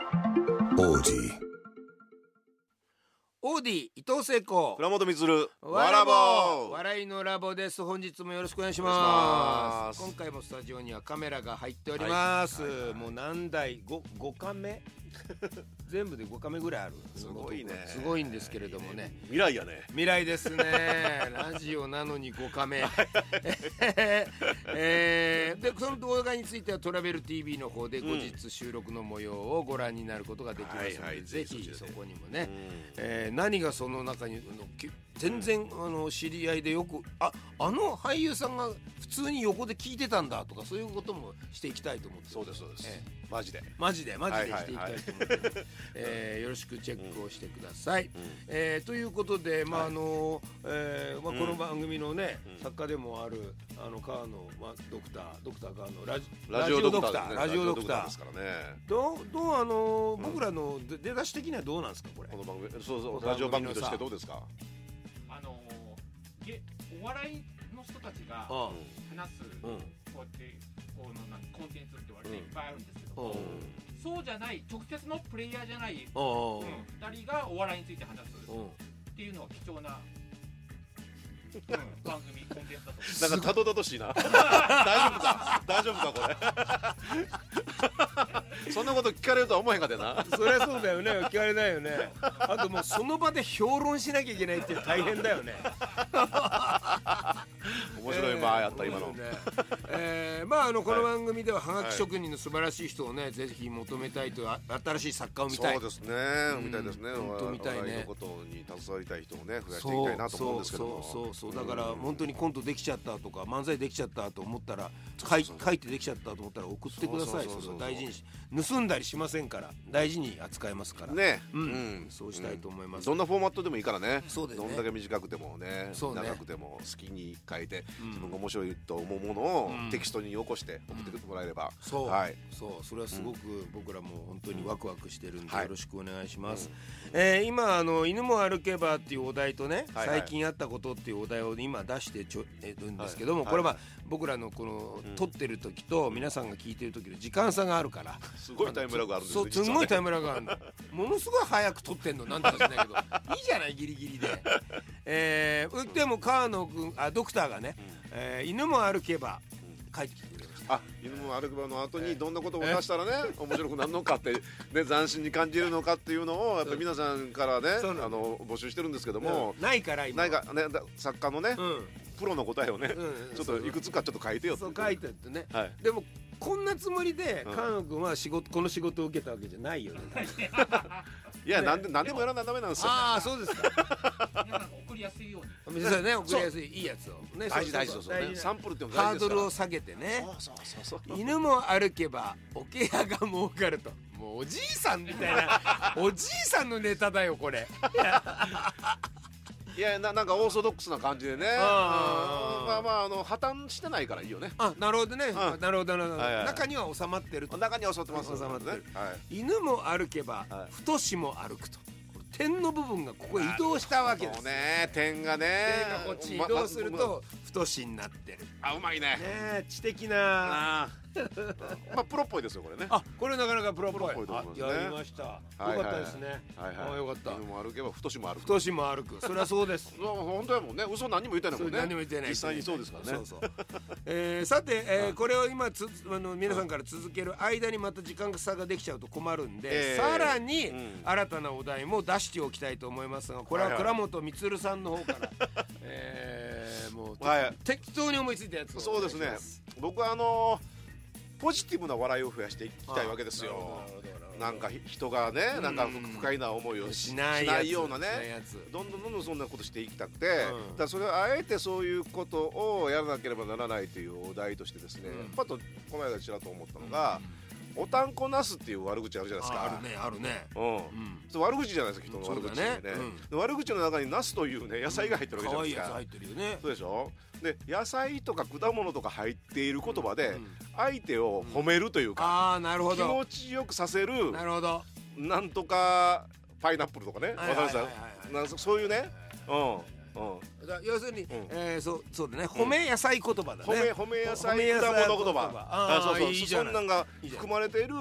オーディオーディ伊藤聖子倉本充わわららぼぼうー笑いのラボです本日もよろしくお願いしお願まいすします今回もスタジオにはカメラが入っております、はいはいはいもう何台五五カメ全部で五カメぐらいあるすごいねすごいんですけれどもね未来やね未来ですね ラジオなのに5カメ えーでその動画についてはトラベル TV の方で後日収録の模様をご覧になることができますので、はいはいぜぜひひそそちらでこにもね、えー何がその中にあのき全然、あの知り合いでよくああの俳優さんが普通に横で聞いてたんだとかそういうこともしていきたいと思ってそうですそうです、えマジで、マジでマジでしていきたはいいはいと思ってます、 えーよろしくチェックをしてください、うえーということで、まあはいあのえーまあ、うんこの番組のね、うん作家でもあるあの川野、まあ、ドクタードクター川野ラジん、ラジオドクターラジオドラジオドククターターですからねどうどうあの、ん僕らの出出だし的にはどうなんですかこれこの番組そうこその番組のうさラジオ番組としてどうですかあのー、げお笑いの人たちあが話す、あ、うんこうやってこのなんかコンテンツって割とうんいっぱいあるんですけうど、そうじゃない直接のプレイヤーじゃない、ああうん、2人がお笑いについて話すうんっていうのは貴重な、うん、番組コンテンツだと思うなんかたどたどしい な大丈夫か大丈夫か これそんなこと聞かれるとは思えへんかでなそりゃそうだよね聞かれないよねあともうその場で評論しなきゃいけないっていう大変だよね面白い場合あった、えー今の、面白いねえーまああのこのは番組でははがき職人の素晴らしい人をねぜひ求めたいというあ新しい作家を見たいそうですね、うんみたいですね本当みたいねお笑のことに携わりたい人をね増やしていそきうたいなと思うんですけどもそうそうそうだからうん本当にコントできちゃったとか漫才できちゃったと思ったら書いそうそう書いてできちゃったと思ったら送ってくださいそうそうそうそうそれは大事にし盗んだりしませんから大事に扱いますからね、うんそうしたいと思いますどんなフォーマットでもいいからねそうですねどんだけ短くてもねそうね長くても好きに書いて、うん自分が面白いと思うものをうんテキストに起こして送ってもらえれば、そう、はいそうそれはすごく僕らも本当にワクワクしてるんではいよろしくお願いします、えー今あの「犬も歩けば」っていうお題とね、はいはい最近あったことっていうお題を今出してちょ、えーるんですけども、はいこれは僕らのこの、うん撮ってる時と皆さんが聞いてる時の時間差があるからすごいタイムラグあるんですそうすんごいタイムラグあるのものすごい早く撮ってんのなんとかしな いけどいいじゃないギリギリで、えー、でも川野君あドクターがね、えー犬も歩けば」帰ってきてくれましたあ犬も歩く場の後にどんなことを出したらね、面白くなるのかって、 ね、斬新に感じるのかっていうのをやっぱり皆さんからねそうなのあの募集してるんですけども、うんないから今なはんかねだ作家のね、うんプロの答えをね、うんちょっといくつかちょっと書いてよってそう書いてあってねはいでもこんなつもりでうん菅野君は仕事この仕事を受けたわけじゃないよねいや、なんで、なんでもやらなダメなんですよ。ああそうです か皆さんが送りやすいようにお店さんね送りやすいいいやつをね大事、大事、そそううそう、そうそう大ね。事サンプルっていうのハ大ー事ですかドルら。を下げてねそうそうそうそう。犬も歩けば桶屋が儲かるともうおじいさんみたい なおじいさんのネタだよこれいや、な、なんかオーソドックスな感じでね。うんあーまあ、まあ、あの、破綻してないからいいよね。あなるほどねうんなるほどなるほどはいはい中には収まってると中に襲ってます。収まってるはい。犬も歩けばはい太しも歩くと点の部分がここへ移動したわけでそすうね、点がね。手がこっち移動すると太しになってるねま。まあ、うまいね。え知的なあーまあ、プロっぽいですよ、これね。あこれなかなかプロっぽプいロっぽいと思いますねあやりましたよいはいかったですねはい、あはい。よかった犬も歩けば、太しも歩く。太しも歩くそりゃ そうですそう本当やもんね。嘘何も言ってないそもれんね。何も言ってない実際にそうですからね。そうそうえーさて、えはーいこれを今つあの皆さんから続ける間にまた時間差ができちゃうと困るんで、えーさらにうん新たなお題も出しておきたいと思いますがこれははいはい倉本充さんの方から、 えーもう、はい適当に思いついたやつをそうですお願ねいしま。僕はあのポジティブな笑いを増やしていきたいわけですなるよほ。どなるほどなるほどなんかひ人がね、なんかうん不快な思いをししなないいやつようなしないね。やつどんどんどんどんそんなことしていきたくて、んだからそれはあえてそういうことをやらなければならないというお題としてですね、うんパッとこの間ちらっと思ったのが、おたんこなすっていう悪口あるじゃないですか。ああるねあるねうんうんそう悪口じゃないですか人の悪口ってそうだねで悪口の中にナスというね野菜が入ってるわけじ可ゃな愛いいですやかつ、入ってるよねそうでしょで野菜とか果物とか入っている言葉うでん相手を褒めるというか、ああなるほ気ど持ちよくさせるなるほどなんとかパイナップルとかねわはかいはいりはいまはしいたなんかそういうねうんうんだから要するに、んえーそうそうだね褒め野菜言葉だね、褒め褒め野菜褒め野果菜物言葉あーそうそういいじゃそないんなんがいいじゃない含まれている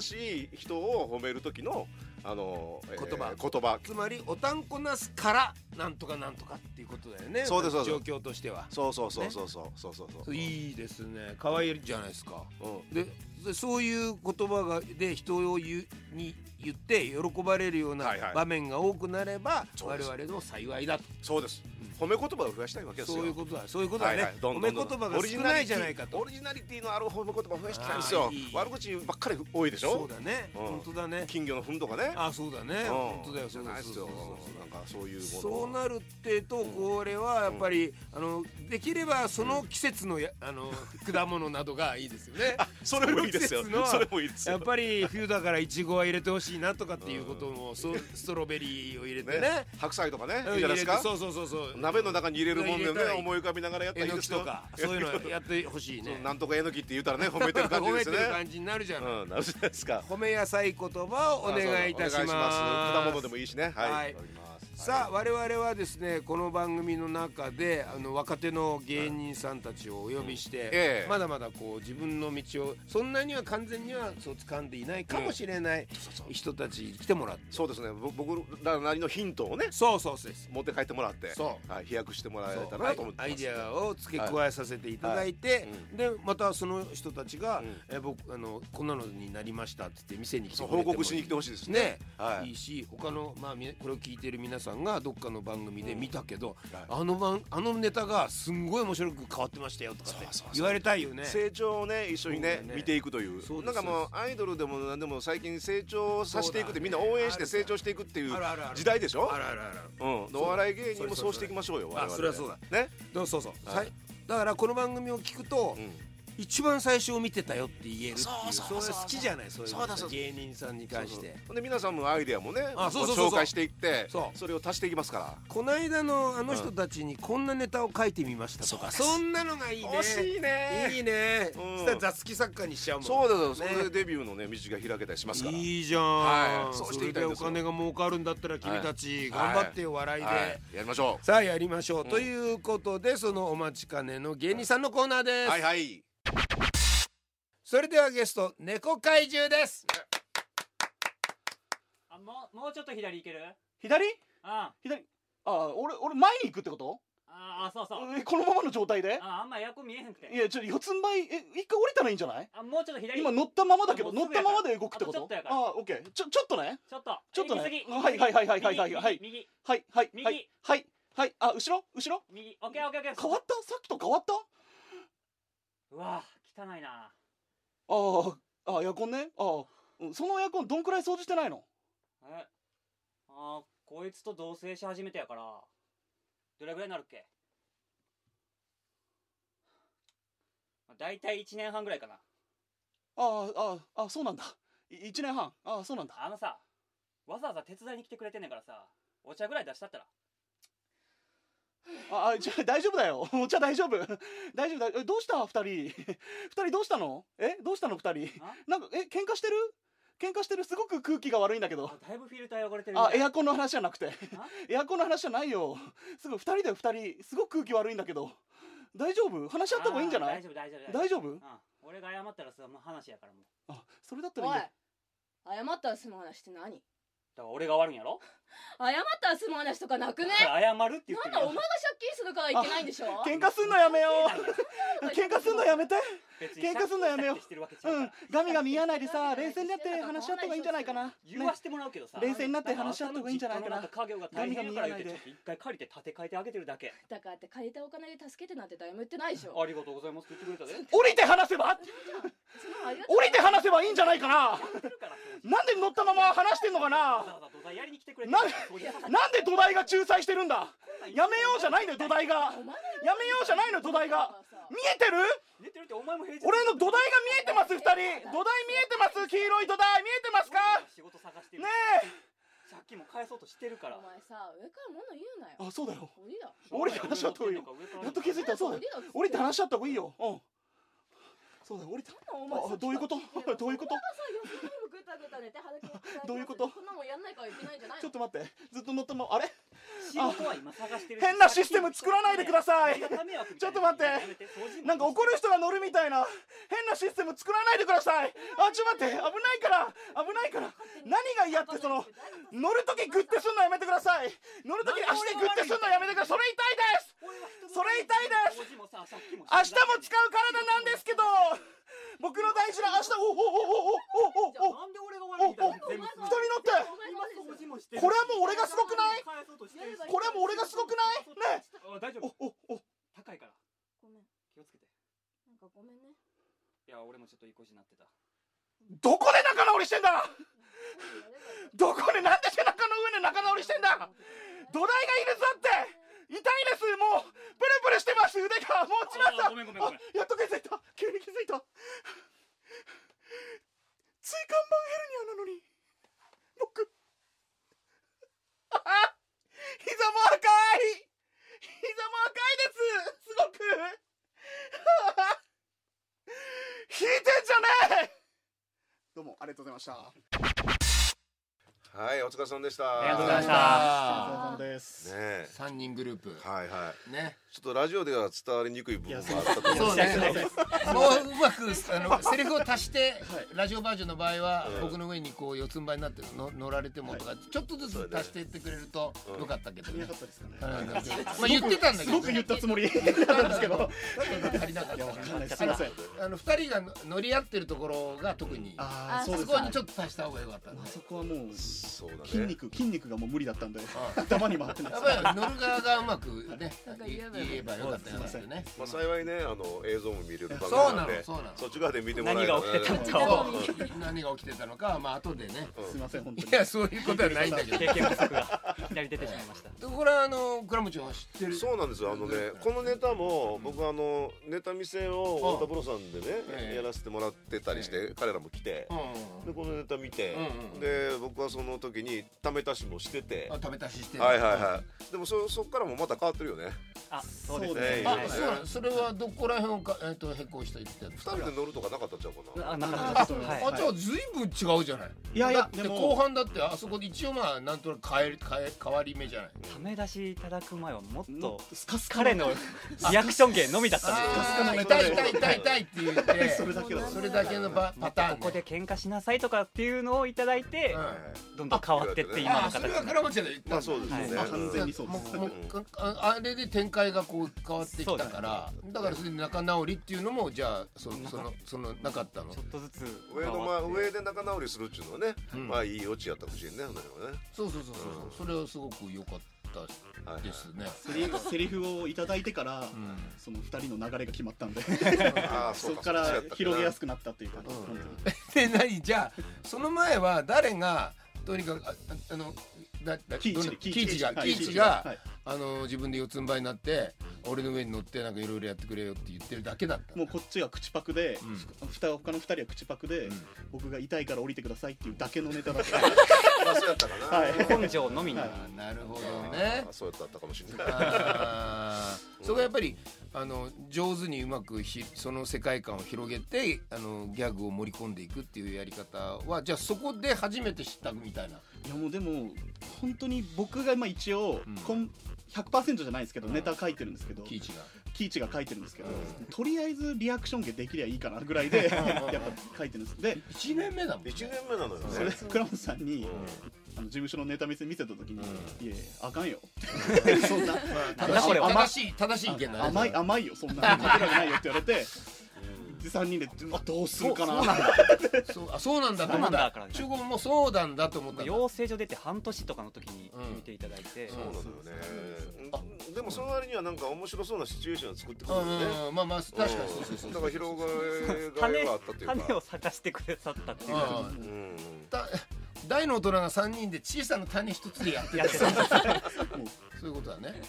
新しい人を褒める時のあの、えー言葉言葉つまりおたんこなすからなんとかなんとかっていうことだよねそうですそうです状況としてはそうそうそうねそうそうそうそうそういいですね可愛いじゃないですかうんででそういう言葉がで人を言うに言って喜ばれるようなはいはい場面が多くなれば、そうです我々の幸いだとそうです褒め言葉を増やしたいわけですよそういうことだそういうことだね、はいはいどん褒どめんど言んどん葉が少ないじゃないかとオリジナリティのある褒め言葉増やしてたんですよあーいい悪口ばっかり多いでしそうょだね、うん本当だね金魚の糞とかねあそうだね、うん本当だよじそゃうないだでそうすだよそうだなんかそういうものそうなるってとこれはやっぱり、あのできればその季節のやあの果物などがいいですよ ねそれもいいですよその季節のそれもいいですやよっぱり冬だからいちごは入れてほしいなとかっていうことも、そストロベリーを入れてねね白菜とかねいいじゃないです入れかてそうそうそうそう鍋の中に入れるもんで入れねたらいい思い浮かびながらやったらえいいのできすとよかそういうのやってほしいねなんとかえのきって言ったらね褒めてる感じですね褒めてる感じになるじゃない、うんなるじゃないですか褒めやさい言葉 をお願いいたしますお願果物でもいいしねはい、はいわかりますさあ我々はですねこの番組の中であの若手の芸人さんたちをお呼びして、ええまだまだこう自分の道をそんなには完全にはそう掴んでいないかもしれない人たちに来てもらって、そうですねぼ僕らなりのヒントをねそうそうそうです持って帰ってもらってそはい、飛躍してもらえそたうらなと思ってアますイデアを付け加えさせていただいて、でまたその人たちが、うんえ僕あのこんなのになりましたって言って店に来てそうくれても報告しに来てほしいですねね、はいい、いし他の、まあ、みこれを聞いてる皆さんがどっかの番組で見たけど、はいあの番あのネタがすんごい面白く変わってましたよとかってそうそうそう言われたいよね。成長をね一緒にねそうだね見ていくというそうでなんすかもうそうアイドルでも何でも最近成長させていくって、そうだねみんな応援してあるから成長していくっていうあるあるある時代でしょあらあらあらうん、でそうお笑い芸人もそそうそうそううしていきましょうよ我々それはそうだね、どうそうそう、はいさいだからこの番組を聞くと、うん一番最初を見てたよって言えるっていうそうそうそうそうれ好きじゃないそういうのそうだそうだ芸人さんに関して。ほんで皆さんのアイデアもねあそうそうそうそうご紹介していってそそうれを足していきますかこの間のあの人たちにこんなネタを書いてみましたとかそんなのがいいらねいねいいね、うんそしたら雑記作家にしちゃうもんそうです、ねそれでデビューのね道が開けたりしますからいいじゃん、はいそうそしてれいきたでいんおですよ金が儲かるんだったら君たち頑張ってよ、笑いで、はい、やりましょさあやりましょう、ということでそのお待ちかねの芸人さんのコーナーでうす、はいはいそれではゲスト猫怪獣ですあもうもうちょっと左行ける左あ左ああ俺俺前に行くってことああそうそうえこのままの状態でああんまエアコン見えへんくいてやちょっと四つん這いえ一回降りたらいいんじゃないあもうちょっと左今乗ったままだけどあもう乗すっぐやたからままで動くってこあとちょとっとやからあオッケーちょちょっとねちょっとちょっとね行き過ぎはいはいはいはいはいはいはい右右はいはい右はいはいはいあ後ろ後ろ右右オッケーオッケーオッケー変わったさっきと変わったうわ汚いなあああエアコンねああうんそのエアコンどんくらい掃除してないのえあこいつと同棲し始めてやからどれぐらいになるっけまあ大体1年半ぐらいかなああああそうなんだい一年半ああそうなんだあのさわざわざ手伝いに来てくれてんねんからさお茶ぐらい出したったらああじゃあ大丈夫だよお茶大丈夫大丈夫だえどうした二人二人どうしたのえどうしたの二人あなんか、え、喧嘩してる喧嘩してるすごく空気が悪いんだけどあ。だいぶフィルター汚れてるみあた、いエアコンの話じゃなくて。エアコンの話じゃないよ。すごい、二人だよ、二人。すごく空気悪いんだけど。大丈夫話し合った方がいいんじゃなあー大い丈夫大丈夫大丈夫うん、俺が謝ったらさもう話やからもうあ、それだったらいいおんいだ。謝ったら済む話って何だから俺が悪いんやろ謝ったら済む話とかなくねだから謝るって言ってなんるだおよ前が借金するからいけないんでしょ喧嘩すんのやめよ関係ないやう。喧嘩すんのやめて。別に喧嘩すんのやめよう借金してるわけちゃう。うんガミガミ言わないでさ、冷静になって話し合った方がいいんじゃないかな。言わしてもらうけどさ、冷静になって話し合った方がいいんじゃないかなあたの実家のなんか家業が大変やから言ってガミガミ言ちょっわないでと一回借りて建て替えてあげてるだけだからって借りたお金で助けてなんて誰も言ってないでしょありがとうございますって言って くれたで降りて話せばそのありがとう降りて話せばいいんじゃないかなやってるからそうなんで乗ったまま話してんのかわなざわざ土台やりに来てくれてなんでそういう話なんで土台が仲裁してるんだやめようじゃないのよ、土台が。お前がやめようじゃないの土台が見えてる寝てるってお前も平日俺の土台が見えてます二人土台見えてます黄色い土台見えてますか仕事探してるね借金も返そうとしてるからお前さ上から物言うなえよあそうだよ降りだ俺って話は遠いよやっと気づいたそうだよだ降りて話しちゃった方がいいようんそうだよ降りたお前さあどういうこと どういうことお前がさ四つん這いもぐたぐた寝て裸足でどういうことこんなもんやんないからいけないんじゃないちょっのと待ってずっと乗ったままあれ仕事は今探してる変なシステム作らないでください人が迷惑みちたょっいなと待ってやめて掃除もなんか怒る人が乗るみたいな変なシステム作らないでくださいあちょっと待って危ないから危ないから何が嫌ってその乗るときグッてすんのやめてください乗るときに足でグッてすんのやめてくださいそれ痛いです俺は人のそれ痛いです掃除もささっきも明日も使う体なんですけど僕の大事な明日おおおおおおじゃあおおなんで俺が悪いみたいなおお全二部人乗って今掃除もしてるこれはもう俺がすごくない返そうとしてるしこれはもう俺がすごくないねあ大丈お夫おお高いからごめん気をつけてなんかごめんねいや俺もちょっといい子になってたどこで仲直りしてんだ今度やればよかっどこでなんで背中の上で仲直りしてんだ土台がいるぞって痛いですもうプルプルしてます腕がもう落ちましたあごめんごめんごめんあやっと気づいた急に気づいた椎間板ヘルニアなのに僕あは膝も赤い膝も赤いですすごくあは引いてんじゃねえどうもありがとうございましたはいお疲れ様でしたありがとうございましたお疲れ様ですねえ三人グループはいはいねちょっとラジオでは伝わりにくい部分もあったと思そううんねですけどもううまくあのセリフを足してラジオバージョンの場合は僕の上にこう四つん這いになっての乗られてもとかちょっとずつ足していってくれるとよかったけどねなかったですかね。うんまあ言ってたんだけすどごく言ったつもりだったんですけど。足りなかっいや、わたかんないです。すいません。 あの二人が乗り合ってるところが特にあああ、そうですそか。こあにちょっと足した方がよかったねそこはもう、そうだね筋肉、筋肉がもう無理だったんで、 頭に回ってまやすっ。ぱり乗る側がうまくねなんか言言えばえばよかったよかったねまあ幸いねあの映像も見れる番そう組ななのでのそうなのそっち側で見てもらえる何が起きてたのそう何が起きてたのかはまあ後でねすいません、本当いに。やそういうことはないんだけど経験不足がいきなり出てしまいまし たこれはあの倉持は知ってるそうなんですよあのねこのネタも僕あのネタ見せを太田プロさんでえねえやらせてもらってたりして彼らも来てうんでこのネタ見てうんうんで僕はその時にため足しもしててあ食べ足ししてるはいはいはいでもそそっからもまた変わってるよねあそうですそうねですねあはそうなのそれはどこら辺をかえっと変更した言ってたんで二すか人で乗るとかなかったんちゃうかないあなんかあはいあじゃあずいぶん違うじゃないいやいや、でで後も、半だってあそこで一応まあなんとなく変え変え変わり目じゃないため出しいただく前はもっとスカスカ彼のリアクション芸のみだったんですよスカのあーネタ痛いで痛い痛い痛いって言ってそれだけだ。それだけのパパまタたーンこねこで喧嘩しなさいとかっていうのをいただいて、うんどんどん変わってって今あーのそ形れはに倉持が言ったまあんだそうですねはい完全にそうですももうああれで展開がこう変わってきたからだからそれで仲直りっていうのもじゃあそそのそのなかったのちょっとずつ上のま上で仲直りするっていうのはね、うんまあいいオチやったかもしれんね、あの辺はね。そうそうそうそう、それはすごく良かったはいはいですね、セリフセリフをいただいてからう、んその二人の流れが決まったんで、ああ、そそうこから広げやすく。くなったっていうか、本で何じゃあその前は誰がとにかくあああのだだ当に。キどんーチなで、キイチがはキいイチが、はいあの自分で四つん這いになって俺の上に乗ってなんかいろいろやってくれよって言ってるだけだったもうこっちが口パクで、うんふた他の二人は口パクで、うん僕が痛いから降りてくださいっていうだけのネタだった。まあそうやったかな。はい根性のみに、はいあーなるほどねああそうやったかもし れない。あーそこはやっぱりあの上手にうまくひその世界観を広げてあのギャグを盛り込んでいくっていうやり方はじゃあそこで初めて知ったみたいないやもうでも本当に僕がまあ一応、うんこん100%じゃないですけど、うんネタ書いてるんですけどキイチが。キイチが書いてるんですけど、うとりあえずリアクション芸できりゃいいかなぐら いでやっぱ書いてるんですで1年目だもんね一年目なのよそれね。倉本さんに、うんあの事務所のネタ見せ見せた時に「ういやいやあかんよ」 そ んななんだこれ正しい正しい正しい意見だね甘い甘いよそんなの書けるわけないよって言われてで3人でうわどうするかなそうあそうなんだと思そっうなんだたからね中国もそうなんだと思ったんだ養成所出て半年とかの時にうん見ていただいて、そうなのよねあ。うんでもその割にはなんか面白そうなシチュエーションを作ってくうるよんね。うんうんまあまあ確かにそうそうそうだから広が種りがあったっていう種をか。咲かしてくださったっていううんううんん。た大の大人が3人で小さな種一つでやってやたってたそういうことだね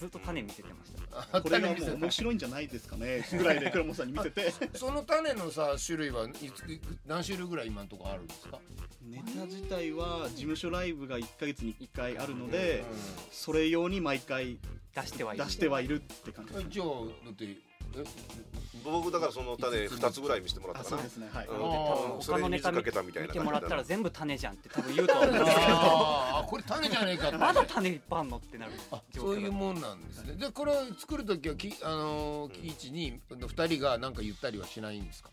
ずっと種見せてましたあこれが種も見せうた面白いんじゃないですかねぐらいで倉本さんに見せ てその種のさ種類はいつい何種類ぐらい今のところあるんですかネタ自体は事務所ライブが1ヶ月に1回あるので、それ用に毎回出してはい出してはいるって感じですねじゃあだって僕だからその種二つぐらい見せてもらあったかそうなですねはいうん多分そ他れのにネタ水か見てけたみたいなも感らじっただらな全部種じゃんって多分言うと思うんですけ あーこれ種じゃねえかってどまだ種いっぱいあんのってなるそういうもんなんですねでこれを作る時はきあのーキイチに二人が何か言ったりはしないんですか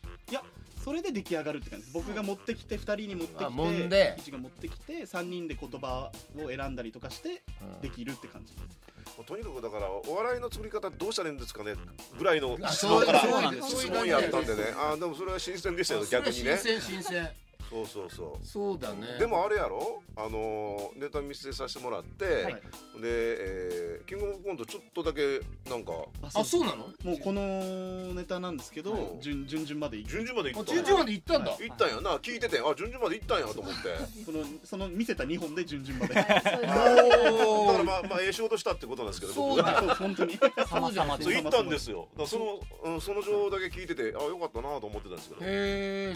それで出来上がるって感じです僕が持ってきて2人に持ってきてあ揉んで1が持ってきて3人で言葉を選んだりとかしてできるって感じですとにかくだからお笑いの作り方どうしたらいいんですかねぐらいのあ質そ問うからそうなんです質問やったんでねあーでもそれは新鮮でしたよ逆にねそれは新鮮新鮮そうそうそそうだねうでもあれやろあのーネタ見せさせてもらって、はいで、えーキングオブコントちょっとだけなんかあそうなのもうこのネタなんですけど、はい順順々までいく順々まで行あった順々まで行ったんだ、行ったんやな聞いててあ順々まで行ったんやと思って そのその見せた2本で順々まで そういおうだーからまあまあええ仕事したってことなんですけど僕そうがだそう本当に様々そうで行ったんですよだからその、うん、その情報だけ聞いててあよかったなと思ってたんですけどへ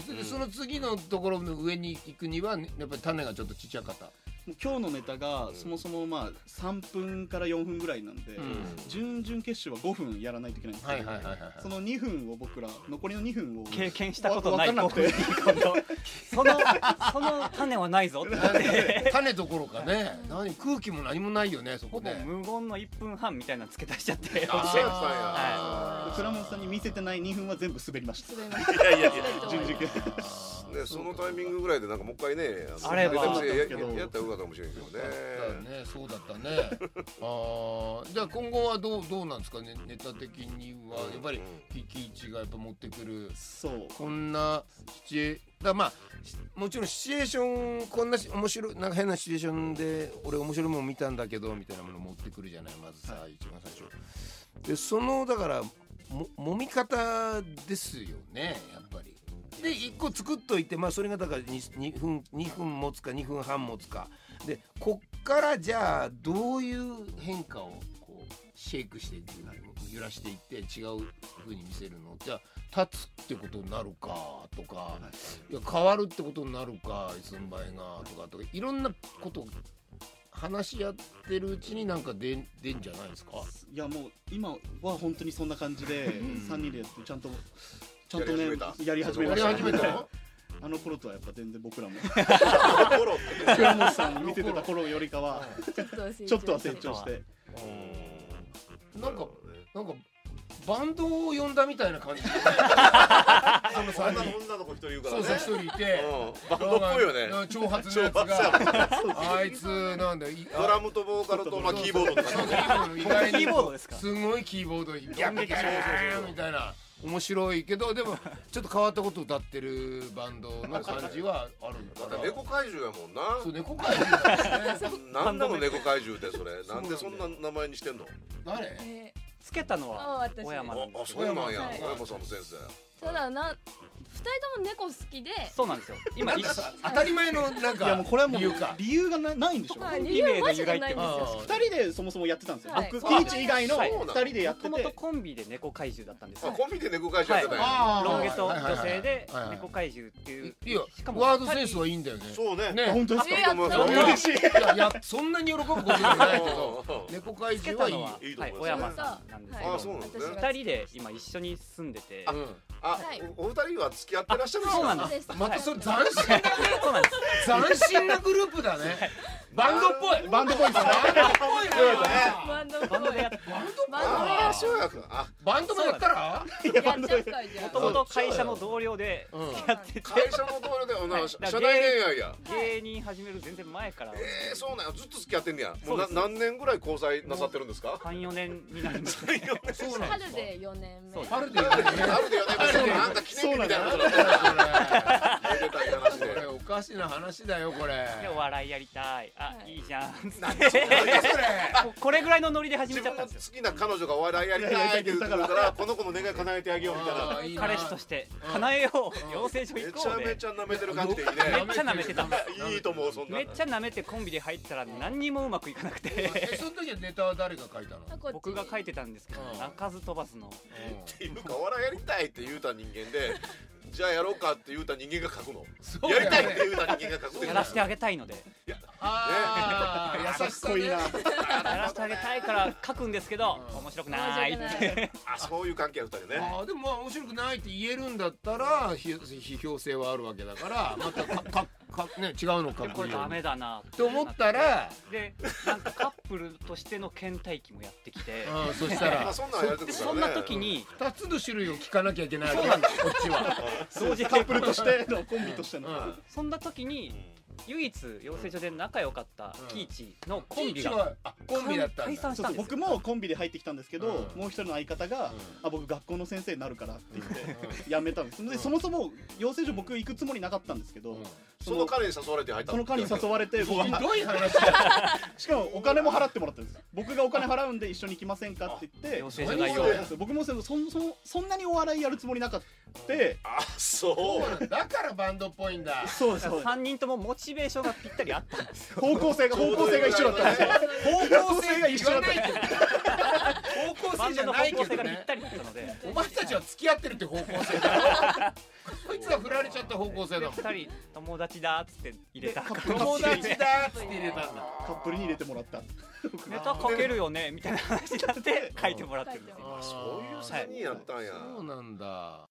えそれでその次のところの上に行くには、ね、やっぱり種がちょっとちっちゃかったもう今日のネタがそもそもまあ3分から4分ぐらいなんで、ん準々決勝は5分やらないといけないんですはけいど、はいはいはいその2分を僕ら残りの2分を経験したことないわわ僕かんなくてそのその種はないぞってなっ て種どころかね何空気も何もないよねそこほぼね無言の1分半みたいなの付け足しちゃってあそうやったんや、倉本さんに見せてない2分は全部滑りました滑りまいやいやいやした準々決勝ね、そのタイミングぐらいでなんかもう一回ねのあればやややったらよかったかもしれんけどねそうだったねそうだったねあーじゃあ今後はどうどうなんですかねネタ的にはやっぱりキキイチがやっぱ持ってくるそうこんなシチュエだからまあしもちろんシチュエーションこんなし面白いなんか変なシチュエーションで俺面白いもん見たんだけどみたいなもの持ってくるじゃないまずさ、一番最初でそのだからも揉み方ですよねやっぱりで1個作っといてまあそれがだから 2, 2分2分持つか2分半持つかでこっからじゃあどういう変化をこうシェイクしていく揺らしていって違う風に見せるのじゃあ立つってことになるかとかいや変わるってことになるか寸倍がとかとかいろんなことを話し合ってるうちになんか出ん出んじゃないですかいやもう今は本当にそんな感じで3人でやってちゃんとちゃんとねやり始めたやり始やり始めめましたたのあの頃とはやっぱ全然僕らもフォロー倉本さんに見せてた頃よりかはちょっとは成長してなんかなんかバンドを呼んだみたいな感じでねそのそんな3人女の子一人いるからそうねそう一人いてうん、バンドっぽいよねなんか長髪のやつ があいつなんだいドラムとボーカルと、まあ、キーボードとかね意外に キーボードですかすごいキーボードギャンギャンギャンみたいな面白いけどでもちょっと変わったことを歌ってるバンドの感じはあるんだだっからて猫怪獣やもんそうな猫怪獣だよねなんなの猫怪獣ってそれなんでそんな名前にしてんの誰えーつけたのあは私小山なんあであすそうなんやはい小山さんの先生ただな二人とも猫好きでそうなんですよ今一当たり前のなんいやもかうこれはもう理由か理由がなないんでしょまあ2理由マジでないんですよあー人でそもそもやってたんですよはい僕キイチ以外のはい2人でやっもてともとてコンビで猫怪獣だったんですあよコンビで猫怪獣やってたんやあーロン毛と女性ではいはいはい猫怪獣っていういやしかもワードセンスはいいんだよねそうねね本当ですかえーやったそう嬉しいいやいやそんなに喜ぶことじゃないけど猫怪つけ獣はたいいのよは、いいとは思いいます小山さんなんですけどあそうなんですね私が二人で今一緒に住んでてうんあはい、おお二人は付き合ってらっしゃるんですそうかなんですすまたそれ斬はい新そうなんです斬新なグループだねバンドっぽいバンドっぽいですねバンドでやっバンドっぽいバンドであやあそうやかあバンドもやったらっちゃうかじゃもともと会社の同僚でうんあやってて会社の同僚であはのい社社内恋愛や芸人始める全然前からえー、そうなんやずっと付き合ってんねやもそううなです何年ぐらい交際なさってるんですか34年になりますそうなんです春かで四年目そう春であいいねるでよねそうなんか記念日みたいなことだっためでたい話これこれでおかしな話だよこれでお笑いやりたいあ、はいい、いじゃんつって何それも うこれぐらいのノリで始自めちゃっ分のたん好ですよきな彼女がお笑いやりたいって言ったからこの子の願い叶えてあげようみたいなあーいいな彼氏としてうん叶えよう養成所め行ちこゃうめでちゃ舐めてる感じでいいねめっちゃ舐めてたいいと思うそんなめっちゃ舐めてコンビで入ったら何にもうまくいかなくえてその時はネタは誰が書いたの僕が書いてたんですけどうん鳴かず飛ばずのっていうかお笑いやりたいって言うた人間でじゃあやろうかって言うた人間が書くのそうやだよりねたいって言うた人間が書くっていうやのらせてあげたいのでいやああ、優しさね濃いな。やらせてあげたいから書くんですけど面白くない面白くないあそういう関係は二人ねああでもまあ面白くないって言えるんだったらひ批評性はあるわけだからまたかかか、ね、違うのかこれダメだなって思ったらでなんかカップルとしての倦怠期もやってきてうんそしたまらあそんなんやれてくでるからねそんな時に2つの種類を聞かなきゃいけないわけなんだこっちは。同時 カッ並プ行ルとしてのコンビとしてのうんそんな時に唯一養成所で仲良かったうんキイチのコンビキイチがはあコンビだったん解だ散しそうたそんうです僕よもコンビで入ってきたんですけど、うんもう一人の相方が、あ僕学校の先生になるからって言って辞めたんです、んでそもそも養成所僕行くつもりなかったんですけど、うんその彼に誘われて入ったその間に誘われ て僕ひはどい話だしかもお金も払ってもらったんです僕がお金払うんで一緒に行きませんかって言って養成所代そうなん表ですよ僕もそのそんそんそんなにお笑いやるつもりなかってあそそうなんだだからバンドっぽいんだ。そうですそうです3人ともモチベーションがぴったりあったんですよ方向性が方向性が一緒だったんですよ方向性が一緒だったけど 方向バ性ンじドゃのな方いけ向性どがぴっねたりだったのでお前たちは付き合ってるって方向性だこいつが振られちゃった方向性だもん2人友達だっつって入れたでカップ友ル友 達達だっつって入れたんだカップルに入れてもらったネタ書けるよねみたいな話になって書いてもらってるんですよ書いてもらうそういう三人やったんやそうなんだ